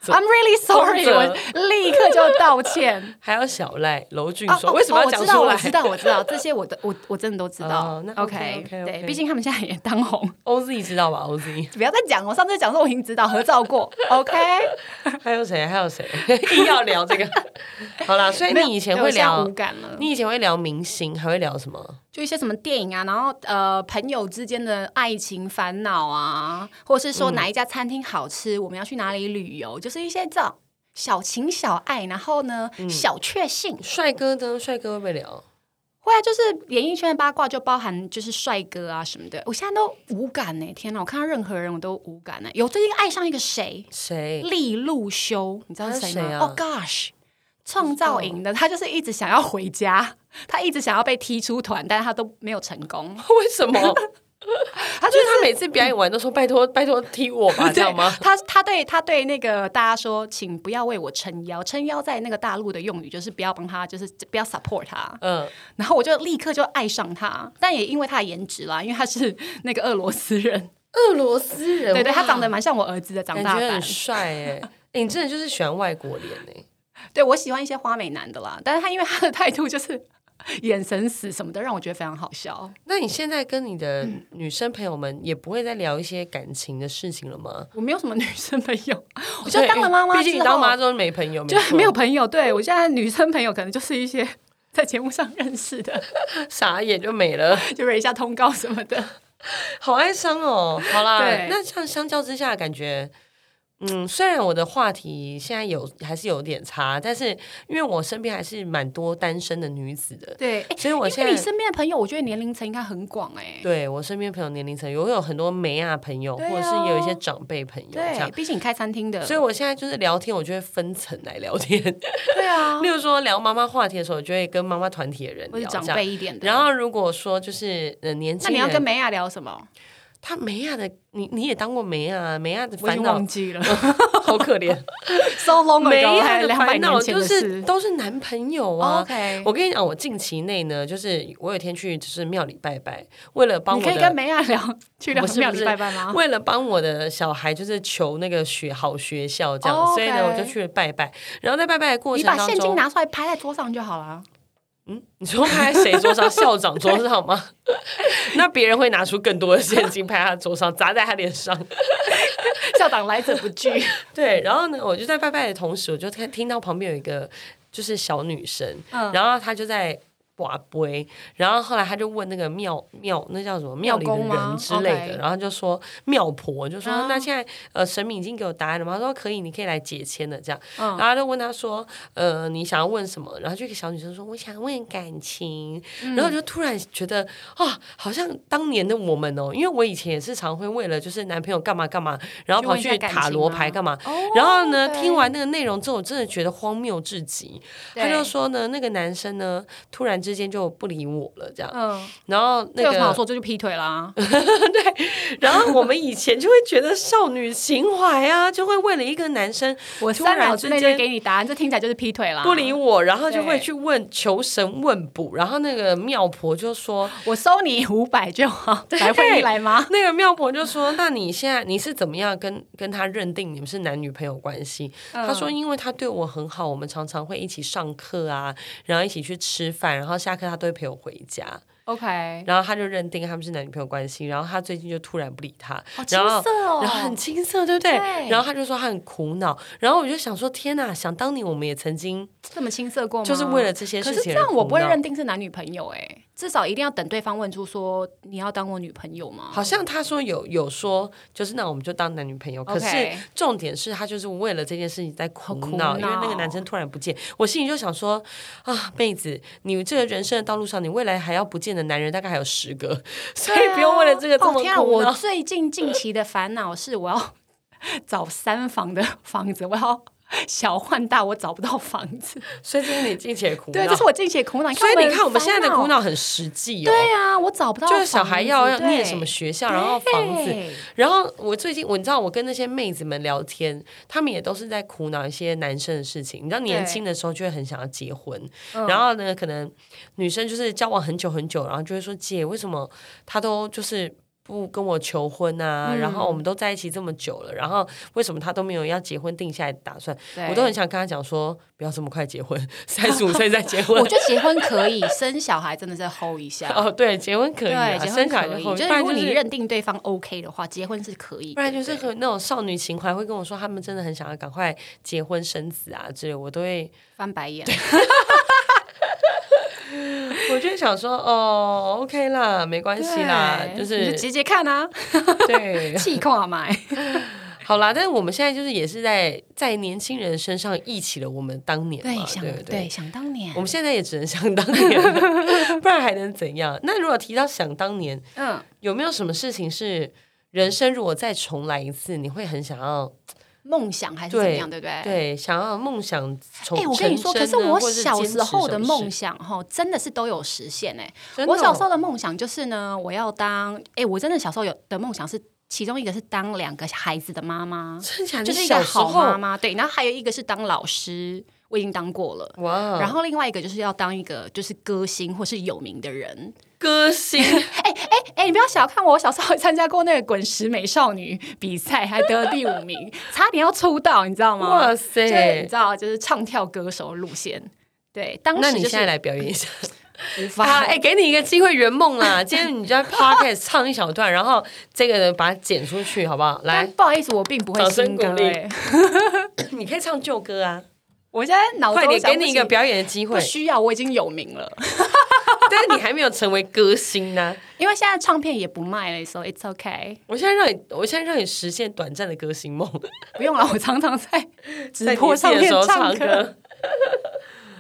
Speaker 2: 泽
Speaker 1: ？I'm really sorry，
Speaker 2: 泽
Speaker 1: 我立刻就道 歉。
Speaker 2: 还有小赖、娄俊
Speaker 1: 啊
Speaker 2: 说，为什么要
Speaker 1: 哦
Speaker 2: 讲出
Speaker 1: 我
Speaker 2: 来？
Speaker 1: 知道，我知道，我知道，这些我都我我真的都知道
Speaker 2: 哦那。OK，OK，OK
Speaker 1: 对，毕竟他们现在也当红，
Speaker 2: OZ 知道吧？OZ
Speaker 1: 不要再讲。我上次讲说我已经知道合照过，OK？
Speaker 2: 还有谁？还有谁？ 硬要聊这个？ 好啦，所以你以前
Speaker 1: 我
Speaker 2: 会
Speaker 1: 现在
Speaker 2: 聊
Speaker 1: 无，感了，
Speaker 2: 你以前会聊明星，还会聊什么？
Speaker 1: 就一些什么电影啊，然后呃朋友之间的爱情烦恼啊，或是
Speaker 2: 嗯
Speaker 1: 说哪一家餐厅好吃，我们要去哪里旅游，就是一些这种小情小爱，然后呢、
Speaker 2: 嗯
Speaker 1: 小确幸。
Speaker 2: 帅哥呢？帅哥会不会聊？
Speaker 1: 会啊，就是演艺圈的八卦就包含就是帅哥啊什么的，我现在都无感呢、天哪，我看到任何人我都无感呢、欸有最近爱上一个谁，
Speaker 2: 谁？
Speaker 1: 利路修，你知道是谁
Speaker 2: 他是谁
Speaker 1: 吗？
Speaker 2: 啊
Speaker 1: 哦、gosh，创造营的，他就是一直想要回家，他一直想要被踢出团，但是他都没有成功。
Speaker 2: 为什么？
Speaker 1: 他
Speaker 2: 就是 他每次表演完都说拜托拜托踢我 吧，啊这样吗？
Speaker 1: 他他对他对那个大家说，请不要为我撑腰，撑腰在那个大陆的用语就是不要帮他，就是不要 support 他。
Speaker 2: 嗯，
Speaker 1: 然后我就立刻就爱上他，但也因为他的颜值啦，因为他是 那个俄罗斯人，
Speaker 2: 俄罗斯人
Speaker 1: 对对，他
Speaker 2: 呃哇
Speaker 1: 长得蛮像我儿子的长
Speaker 2: 感
Speaker 1: 大
Speaker 2: 觉
Speaker 1: 版
Speaker 2: 很。帅哎、 欸你真的就是喜欢外国脸哎、
Speaker 1: 对我喜欢一些花美男的啦，但是他因为他的态度就是 眼神死什么的，让我觉得非常好笑。
Speaker 2: 那你现在跟你的
Speaker 1: 嗯
Speaker 2: 女生朋友们也不会再聊一些感情的事情了吗？
Speaker 1: 我没有什么女生朋友，我
Speaker 2: 我
Speaker 1: 就当了妈妈之后，
Speaker 2: 毕竟你当妈之后没朋友，
Speaker 1: 就
Speaker 2: 错
Speaker 1: 没有朋友。对我现在女生朋友可能就是一些 在节目上认识的。
Speaker 2: 傻眼就没 了，
Speaker 1: 就蕊一下通告什么的。
Speaker 2: 好哀伤哦。好啦
Speaker 1: 对，
Speaker 2: 那像相较之下，感觉嗯，虽然我的话题现在有还是有点差，但是因为我身边还是蛮多单身的女子的，
Speaker 1: 对，哎
Speaker 2: 所以我
Speaker 1: 因
Speaker 2: 现
Speaker 1: 为你
Speaker 2: 在
Speaker 1: 身边的朋友，我觉得年龄层应该很广哎、
Speaker 2: 对我身边朋友年龄层，我有很多梅亚朋友，
Speaker 1: 对啊
Speaker 2: 或者是有一些长辈朋友这
Speaker 1: 对，
Speaker 2: 样。
Speaker 1: 毕竟你开餐厅的，
Speaker 2: 所以我现在就是聊天，我就会分层来 聊天。
Speaker 1: 对啊，
Speaker 2: 例如说聊妈妈话题的时候，我就会跟妈妈团体的人
Speaker 1: 或
Speaker 2: 聊
Speaker 1: 者长
Speaker 2: 这样。
Speaker 1: 辈一点的。
Speaker 2: 然后如果说就是呃年
Speaker 1: 那
Speaker 2: 轻
Speaker 1: 你要跟
Speaker 2: 人，
Speaker 1: 梅亚聊什么？
Speaker 2: 他梅亚的，你你也当过梅亚啊，梅亚的
Speaker 1: 我已
Speaker 2: 烦
Speaker 1: 经
Speaker 2: 恼
Speaker 1: 忘记 了
Speaker 2: 好可 怜，
Speaker 1: ，so long
Speaker 2: 梅
Speaker 1: ago，
Speaker 2: 亚
Speaker 1: Oh 还
Speaker 2: 的
Speaker 1: 两百
Speaker 2: 烦
Speaker 1: 年
Speaker 2: 恼
Speaker 1: 前
Speaker 2: 就
Speaker 1: 的
Speaker 2: 是
Speaker 1: 事。
Speaker 2: 都是男朋友啊。
Speaker 1: OK，
Speaker 2: 我跟你讲，我近期内呢，就是我有一天去就是庙里拜拜，为了帮
Speaker 1: 你
Speaker 2: 我
Speaker 1: 可以跟
Speaker 2: 的，
Speaker 1: 梅亚聊， 去聊
Speaker 2: 不是
Speaker 1: 庙
Speaker 2: 不
Speaker 1: 里
Speaker 2: 是
Speaker 1: 拜拜吗？
Speaker 2: 为了帮我的小孩，就是求那个学好学校这样，
Speaker 1: 哦
Speaker 2: 所以呢，
Speaker 1: OK
Speaker 2: 我就去拜拜。然后在拜拜的过
Speaker 1: 你
Speaker 2: 程
Speaker 1: 把
Speaker 2: 当
Speaker 1: 现金
Speaker 2: 中，
Speaker 1: 拿出来拍在桌上就好 了。啊
Speaker 2: 嗯，你说拍在谁 桌上？校长桌上吗？ 那别人会拿出更多的现金拍他桌上，砸在他脸上。
Speaker 1: 校长来者不拒，
Speaker 2: 对，然后呢，我就在拜拜的同时，我就看听到旁边有一个就是小女生，
Speaker 1: 嗯
Speaker 2: 然后她就在。寡杯，然后后来她就问那个庙庙那叫什么庙里的
Speaker 1: 庙公吗
Speaker 2: 人之类的，
Speaker 1: OK
Speaker 2: 然后就说庙婆就说、
Speaker 1: 啊
Speaker 2: 那现在呃神明已经给我答案了吗？她说可以，你可以来解签的这样，然后
Speaker 1: 嗯，
Speaker 2: 她就问她说呃你想要问什么？然后就一个小女生说我想问感情，
Speaker 1: 嗯
Speaker 2: 然后我就突然觉得啊好像当年的我们哦，因为我以前也是常会为了就是男朋友干嘛干嘛，然后
Speaker 1: 去
Speaker 2: 跑
Speaker 1: 问一下
Speaker 2: 去
Speaker 1: 感
Speaker 2: 塔
Speaker 1: 情
Speaker 2: 罗
Speaker 1: 吗
Speaker 2: 牌干嘛，
Speaker 1: 哦
Speaker 2: 然后呢，
Speaker 1: 对
Speaker 2: 听完那个内容之后，我真的觉得荒谬至极。他就，说呢，那个男生呢，突然之间就不理我了，这样
Speaker 1: 对。嗯，
Speaker 2: 然后
Speaker 1: 这有
Speaker 2: 那
Speaker 1: 什么好
Speaker 2: 个，
Speaker 1: 说？这就劈腿啦。
Speaker 2: 然后我们以前就会觉得少女情怀啊，就会为了一个男生
Speaker 1: 我
Speaker 2: 突
Speaker 1: 三
Speaker 2: 然
Speaker 1: 秒
Speaker 2: 之
Speaker 1: 之内就
Speaker 2: 间
Speaker 1: 给你答案，这听起来就是劈腿啦。
Speaker 2: 不理我，然后就会
Speaker 1: 啊对
Speaker 2: 去问求神问卜。然后那个庙婆就说，
Speaker 1: 我收你五百就 好，来回你来吗？
Speaker 2: 那个妙婆就说：“那你现在你是怎么样跟跟他认定你们是男女朋友关系？”
Speaker 1: 嗯
Speaker 2: 他说：“因为他对我很好，我们常常会一起上课啊，然后一起去吃饭，然后下课他都会陪我回家。
Speaker 1: OK，
Speaker 2: 然后他就认定他们是男女朋友关系。然后他最近就突然不理他，
Speaker 1: 好青
Speaker 2: 然后。”
Speaker 1: 涩哦，
Speaker 2: 然后很青涩，对不对？
Speaker 1: 对
Speaker 2: 然后他就说他很苦恼，然后我就想说，天哪！想当年我们也曾经
Speaker 1: 这么青涩哦过吗？
Speaker 2: 就是为了这些
Speaker 1: 可
Speaker 2: 事
Speaker 1: 是
Speaker 2: 情
Speaker 1: 这
Speaker 2: 而
Speaker 1: 样我不会
Speaker 2: 苦恼
Speaker 1: 认定是男女朋友哎、至少一定要等对方问出说你要当我女朋友吗？
Speaker 2: 好像他说有有说，就是那我们就当男女朋友。可是
Speaker 1: OK
Speaker 2: 重点是他就是为了这件事情在苦
Speaker 1: 好苦
Speaker 2: 恼，因为那个
Speaker 1: 恼
Speaker 2: 男生突然不见，我心里就想说啊，妹子，你这个人生的道路上，你未来还要不见的男人大概还有十个， 所以不用为了这个这
Speaker 1: 哦
Speaker 2: 么
Speaker 1: 天啊！
Speaker 2: 苦
Speaker 1: 我
Speaker 2: 恼。
Speaker 1: 最近近期的烦恼是我要 找三房的房子，我要小换大，我找不到房子。
Speaker 2: 所以这是你近期的苦恼。
Speaker 1: 对，这是我近期的苦恼。
Speaker 2: 所以你看我们现在的苦
Speaker 1: 烦恼，
Speaker 2: 恼很实际哦。
Speaker 1: 对啊，我找不到
Speaker 2: 就
Speaker 1: 房子，
Speaker 2: 是小孩要要
Speaker 1: 对
Speaker 2: 念什么学校，然后房子，
Speaker 1: 对
Speaker 2: 然后我最近我你知道，我跟那些妹子们聊天，她们也都是在苦恼一些男生的事情。你知道，年轻的时候就会很想要结婚，
Speaker 1: 嗯
Speaker 2: 然后呢，可能女生就是交往很久很久，然后就会说：“姐，为什么他都就是不跟我求婚啊？
Speaker 1: 嗯
Speaker 2: 然后我们都在一起这么久了，然后为什么他都没有要结婚定下来的打算？”
Speaker 1: 对
Speaker 2: 我都很想跟他讲说：“不要这么快结婚， 三十五岁再结婚
Speaker 1: 我。”觉得结婚可以，生小孩真的是 hold 一下。
Speaker 2: 哦，对，结婚可以、啊，
Speaker 1: 对，结
Speaker 2: 生
Speaker 1: 婚
Speaker 2: 小孩
Speaker 1: 可以，
Speaker 2: 后，
Speaker 1: 就是
Speaker 2: 不然
Speaker 1: 如果
Speaker 2: 就
Speaker 1: 你
Speaker 2: 是
Speaker 1: 认定对方 OK 的话，结婚是可以的。
Speaker 2: 不然就是
Speaker 1: 对
Speaker 2: 和那种少女情怀会跟我说，他们真的很想要赶快结婚生子啊之类，我 都会，
Speaker 1: 翻白眼。
Speaker 2: 我就会想说，哦，OK 啦，没关系啦，
Speaker 1: 对
Speaker 2: 就
Speaker 1: 你
Speaker 2: 是
Speaker 1: 直接看啊，
Speaker 2: 对，
Speaker 1: 气跨买。
Speaker 2: 好啦。但是我们现在就是也是在在年轻人身上忆起了我们当年嘛，
Speaker 1: 想
Speaker 2: 对不对？
Speaker 1: 想当年
Speaker 2: 我，们现在也只能想当年了， 不然还能怎样？那如果提到想当年，
Speaker 1: 嗯，
Speaker 2: 有没有什么事情是人生如果再重来一次，你会很想要
Speaker 1: 梦想还是怎么样，对不对？
Speaker 2: 对想要梦想重？
Speaker 1: 哎，我跟你说，可
Speaker 2: 成
Speaker 1: 是
Speaker 2: 真呢啊
Speaker 1: 我
Speaker 2: 或者是
Speaker 1: 小
Speaker 2: 坚持
Speaker 1: 时候的
Speaker 2: 什么事
Speaker 1: 梦想，哈，真的是都有实现哎。
Speaker 2: 真的
Speaker 1: 我
Speaker 2: 哦
Speaker 1: 小时候的梦想就是呢，我要当，哎，我真的小时候有的梦想是，其中一个是当两个孩子的妈妈，
Speaker 2: 真假
Speaker 1: 就是一个好妈妈，对，然后还有一个是当老师，我已经当过了。
Speaker 2: 哇，哦
Speaker 1: 然后另外一个就是要当一个就是歌星或是有名的人。
Speaker 2: 歌星
Speaker 1: 哎，你不要小看我，我小时候也参加过那个滚石美少女比赛，还得第五名， 差点要出道，你知 道吗？
Speaker 2: 哇
Speaker 1: 就是你
Speaker 2: 塞
Speaker 1: 知！道，就是唱跳歌手路线。对，当
Speaker 2: 那
Speaker 1: 时
Speaker 2: 你
Speaker 1: 就
Speaker 2: 现在
Speaker 1: 是啊
Speaker 2: 来表演一下
Speaker 1: 无
Speaker 2: 啊！
Speaker 1: 法。
Speaker 2: 哎，给你一个机会圆梦啦！今天你就在 podcast 唱一小段，然后这个呢把它剪出去，好不好？
Speaker 1: 但
Speaker 2: 来，
Speaker 1: 不好意思，我并不会
Speaker 2: 掌声
Speaker 1: 新歌、
Speaker 2: 鼓励
Speaker 1: 哎，
Speaker 2: 你可以唱旧 歌啊！
Speaker 1: 我现在脑中
Speaker 2: 快点，
Speaker 1: 哦想
Speaker 2: 给
Speaker 1: 不
Speaker 2: 你一个
Speaker 1: 起
Speaker 2: 表演的机
Speaker 1: 不
Speaker 2: 会。
Speaker 1: 需要，我已经有名了。
Speaker 2: 但是你还没有成为歌星呢、
Speaker 1: 因为现在唱片也不卖了，所以 it's okay，
Speaker 2: 我现在让你，我现在让你实现短暂的歌星梦，
Speaker 1: 不用了。我常常在
Speaker 2: 在
Speaker 1: 直
Speaker 2: 你
Speaker 1: 播上
Speaker 2: 自己
Speaker 1: 面
Speaker 2: 的时候
Speaker 1: 唱
Speaker 2: 唱
Speaker 1: 歌。。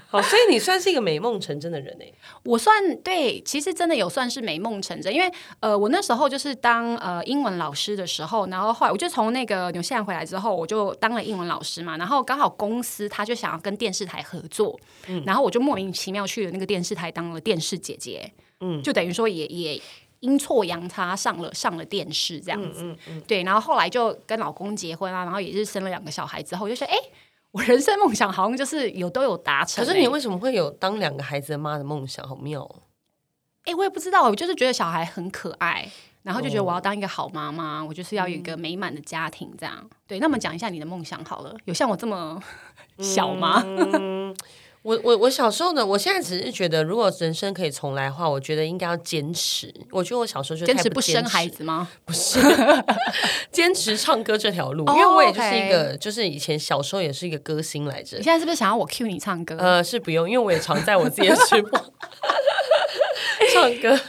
Speaker 2: 好，所以你算是一个美梦成真的人哎、
Speaker 1: 我算对，其实真的有算是美梦成真，因为呃，我那时候就是当呃英文老师的时候，然后后来我就从那个纽西兰回来之后，我就当了英文老师嘛，然后刚好公司他就想要跟电视台合作，
Speaker 2: 嗯
Speaker 1: 然后我就莫名其妙去了那个电视台当了电视姐姐，嗯，就等于说也也。阴错阳差上了上了电视这样子，
Speaker 2: 嗯
Speaker 1: 对，然后后来就跟老公结婚啊，然后也是生了两个小孩之后，我就说，哎、我人生梦想好像就是有都有达成、
Speaker 2: 可是
Speaker 1: 欸
Speaker 2: 你为什么会有当两个孩子的妈的梦想？好妙哦！
Speaker 1: 哎、我也不知道，我就是觉得小孩很可爱，然后就觉得我
Speaker 2: 哦
Speaker 1: 要当一个好妈妈，我就是要有一
Speaker 2: 嗯
Speaker 1: 个美满的家庭这样。对，那么讲一下你的梦想好了，有像我这么
Speaker 2: 嗯
Speaker 1: 小吗？
Speaker 2: 我我我小时候呢，我现在只是觉得，如果人生可以重来的话，我觉得应该要坚持。我觉得我小时候就
Speaker 1: 坚
Speaker 2: 太
Speaker 1: 持
Speaker 2: 不
Speaker 1: 不生孩，子吗？
Speaker 2: 不是坚持唱歌这条路，
Speaker 1: 哦
Speaker 2: 因为我也就是一
Speaker 1: OK
Speaker 2: 个就是以前小时候也是一个歌星来着
Speaker 1: 你。现在是不是想要我 cue 你唱歌？
Speaker 2: 呃，是不用，因为我也常在我自己的 直播唱歌，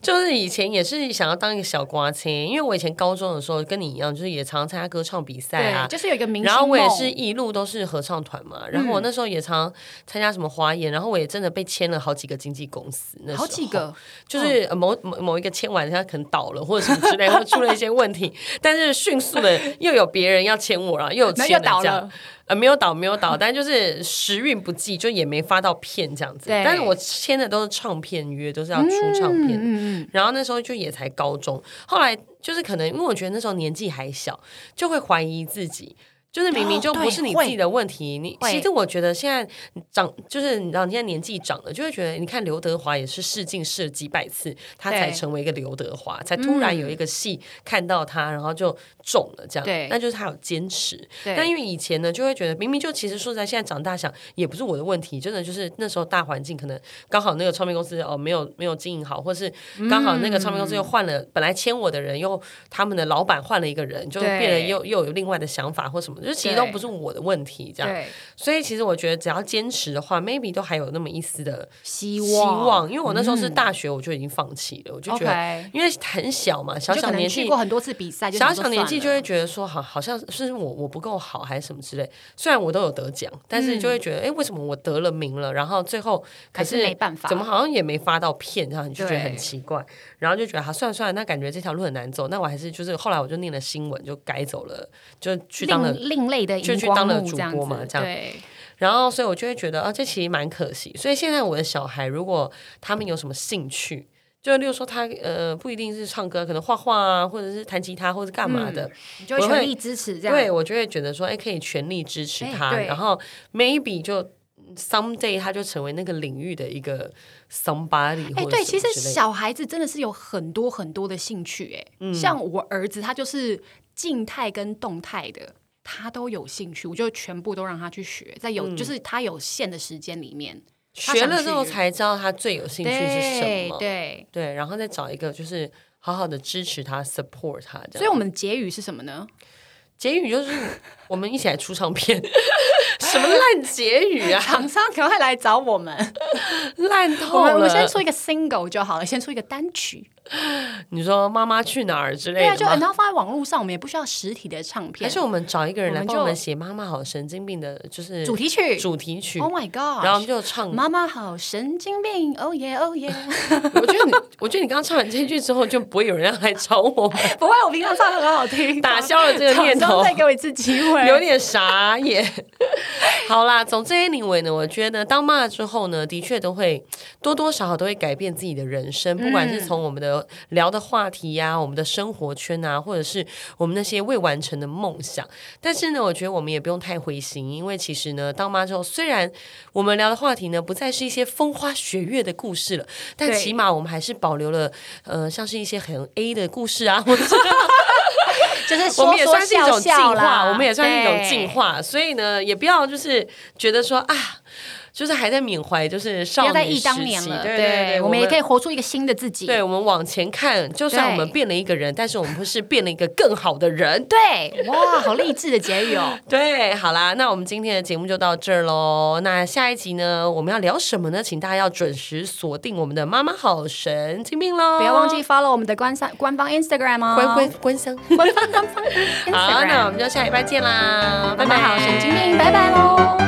Speaker 2: 就是以前也是想要当一个小瓜青，因为我以前高中的时候跟你一样，就是也常参加歌唱比赛啊
Speaker 1: 对，，就是有一个明星
Speaker 2: 然后我也是
Speaker 1: 梦嗯
Speaker 2: 一路都是合唱团嘛，然后我那时候也常参加什么华研，然后我也真的被签了好几个经纪公司，那时候
Speaker 1: 好几个，
Speaker 2: 就是
Speaker 1: 嗯
Speaker 2: 呃某某某一个签完，他可能倒了或者什么之类，或出了一些问题，但是迅速 的又有别人要签我了，又有
Speaker 1: 那
Speaker 2: 签
Speaker 1: 又
Speaker 2: 了
Speaker 1: 倒
Speaker 2: 这样
Speaker 1: 了，
Speaker 2: 呃，没有倒，没有倒，但就是时运不济，就也没发到片这样子。
Speaker 1: 对
Speaker 2: 但是我签的都是唱片约，都是要出唱片。
Speaker 1: 嗯嗯
Speaker 2: 然后那时候就也才高中，后来就是可能因为我觉得那时候年纪还小，就会怀疑自己。就是明明
Speaker 1: 哦
Speaker 2: 就不
Speaker 1: 对
Speaker 2: 是你
Speaker 1: 会
Speaker 2: 自己的问题，你
Speaker 1: 会
Speaker 2: 其实我觉得现在长就是你知道，你现在年纪长了，就会觉得你看刘德华也是试镜试了几百次，他才
Speaker 1: 对嗯
Speaker 2: 成为一个刘德华，才突然有一个戏看到他，然后就中了这样。
Speaker 1: 对
Speaker 2: 那就是他有坚持。
Speaker 1: 对
Speaker 2: 但因为以前呢，就会觉得明明就其实说实在，现在长大想也不是我的问题，真的就是那时候大环境可能刚好那个唱片公司哦没有没有经营好，或是刚好那个唱片公司又
Speaker 1: 嗯
Speaker 2: 换了，本来签我的人又他们的老板换了一个人，就
Speaker 1: 对
Speaker 2: 变得又又有另外的想法或什么，就是其
Speaker 1: 对
Speaker 2: 实都不是我的问题这样。
Speaker 1: 对，
Speaker 2: 所以其实我觉得只要坚持的话，maybe 都还有那么一丝的
Speaker 1: 希望嗯
Speaker 2: 希望，因为我那时候是大学我就已经放弃了，我就觉得。
Speaker 1: OK，
Speaker 2: 因为很小嘛，小
Speaker 1: 就
Speaker 2: 小
Speaker 1: 可能
Speaker 2: 年纪
Speaker 1: 去过很多次比赛，就
Speaker 2: 小
Speaker 1: 想说
Speaker 2: 小年纪就
Speaker 1: 算了
Speaker 2: 会觉得说，好，好像是我我不够好还是什么之类。虽然我都有得奖，但是就会觉得，哎、为什么我得了名了，然后最后
Speaker 1: 嗯
Speaker 2: 可
Speaker 1: 还是没办法
Speaker 2: 怎么好像也没发到片，然后你就觉
Speaker 1: 对
Speaker 2: 得很奇怪，然后就觉得，好，算了算了，那感觉这条路很难走，那我还是就是后来我就念了新闻，就改走了，就去当了
Speaker 1: 另另类的
Speaker 2: 就
Speaker 1: 荧
Speaker 2: 去当
Speaker 1: 光
Speaker 2: 了
Speaker 1: 幕
Speaker 2: 主
Speaker 1: 这样
Speaker 2: 播嘛
Speaker 1: 子，
Speaker 2: 这样
Speaker 1: 对，
Speaker 2: 然后，所以我就会觉得，啊，这其实蛮可惜。所以现在我的小孩，如果他们有什么兴趣，就例如说他呃，不一定是唱歌，可能画画啊，或者是弹吉他，或者是干嘛的，
Speaker 1: 你就会
Speaker 2: 我会
Speaker 1: 全力支持这样，
Speaker 2: 对我就会觉得说，哎，可以全力支持
Speaker 1: 哎
Speaker 2: 他，
Speaker 1: 对
Speaker 2: 然后 maybe 就 someday 他就成为那个领域的一个 somebody 或者
Speaker 1: 哎、对，
Speaker 2: 什
Speaker 1: 其实
Speaker 2: 么之类的
Speaker 1: 小孩子真的是有很多很多的兴趣、哎、
Speaker 2: 嗯
Speaker 1: 像我儿子他就是静态跟动态的，他都有兴趣，我就全部都让他去学，在有、就是他有限的时间里面，他
Speaker 2: 嗯学
Speaker 1: 想
Speaker 2: 了之后
Speaker 1: 去
Speaker 2: 才知道他最有兴趣是什
Speaker 1: 对
Speaker 2: 么，
Speaker 1: 对。
Speaker 2: 对啊然后再找一个就是好好的支持他，support 他这样。
Speaker 1: 所以我们的结语是什么呢？
Speaker 2: 结语就是我们一起来出唱片， 什么烂结语 啊，
Speaker 1: 厂商赶快来找我们，
Speaker 2: 烂
Speaker 1: 我
Speaker 2: 透
Speaker 1: 们
Speaker 2: 了！
Speaker 1: 我们先出一个 single 就好了，先出一个单曲。
Speaker 2: 你说妈妈去哪儿之类
Speaker 1: 对
Speaker 2: 的
Speaker 1: 啊，
Speaker 2: 吗？
Speaker 1: 就然后放在网络上，我们也不需要实体的唱片。
Speaker 2: 还是我们找一个人来
Speaker 1: 我们
Speaker 2: 帮我们
Speaker 1: 就
Speaker 2: 写妈妈好神经病的，就是
Speaker 1: 主题曲
Speaker 2: 主题曲。
Speaker 1: Oh my
Speaker 2: 然后我们
Speaker 1: God！
Speaker 2: 就唱，
Speaker 1: 妈妈好神经病，Oh yeah，Oh yeah！
Speaker 2: 我觉得你，我觉得你刚刚唱完这句之后，就不会有人要来找我们，
Speaker 1: 不会，我平常唱得很好听，
Speaker 2: 打消了这个
Speaker 1: 厂
Speaker 2: 念
Speaker 1: 商
Speaker 2: 头，
Speaker 1: 再给我一次机会。
Speaker 2: 有点傻眼。 好啦，总之 anyway 呢，我觉得当妈了之后呢，的确都会多多少少都会改变自己的人生，不管是从我们的聊的话题呀、我们的生活圈啊，或者是我们那些未完成的梦想。但是呢，我觉得我们也不用太灰心，因为其实呢，当妈之后，虽然我们聊的话题呢不再是一些风花雪月的故事了，但
Speaker 1: 对
Speaker 2: 起码我们还是保留了呃，像是一些很 A 的故事啊，或者是。
Speaker 1: 就是
Speaker 2: 我
Speaker 1: 说
Speaker 2: 们也算是一种
Speaker 1: 说
Speaker 2: 进
Speaker 1: 笑笑
Speaker 2: 化，
Speaker 1: 啦
Speaker 2: 我们也算是一种进。化，所以呢，也不要就是觉得说啊，就是还在缅怀，就是
Speaker 1: 不
Speaker 2: 少
Speaker 1: 要再
Speaker 2: 年
Speaker 1: 忆
Speaker 2: 时
Speaker 1: 当年
Speaker 2: 期
Speaker 1: 了。
Speaker 2: 对对，
Speaker 1: 我们也可
Speaker 2: 以。
Speaker 1: 以活出一个新的自己。
Speaker 2: 对我们往前看，就算我们
Speaker 1: 对
Speaker 2: 变了一个人，但是我们不是变了一个更好的人。
Speaker 1: 对，哇，好励志的结语哦。
Speaker 2: 对，好啦，那我们今天的节目就到这儿喽。那下一集呢，我们要聊什么呢？请大家要准时锁定我们的妈妈好神经病 喽！
Speaker 1: 不要忘记 follow 我们的官方官方 Instagram 哦，
Speaker 2: 关 关关上。
Speaker 1: 官方官方 Instagram。
Speaker 2: 好，那我们就下礼拜见啦，
Speaker 1: 妈
Speaker 2: 拜
Speaker 1: 妈
Speaker 2: 拜。
Speaker 1: 好神经病，拜拜喽。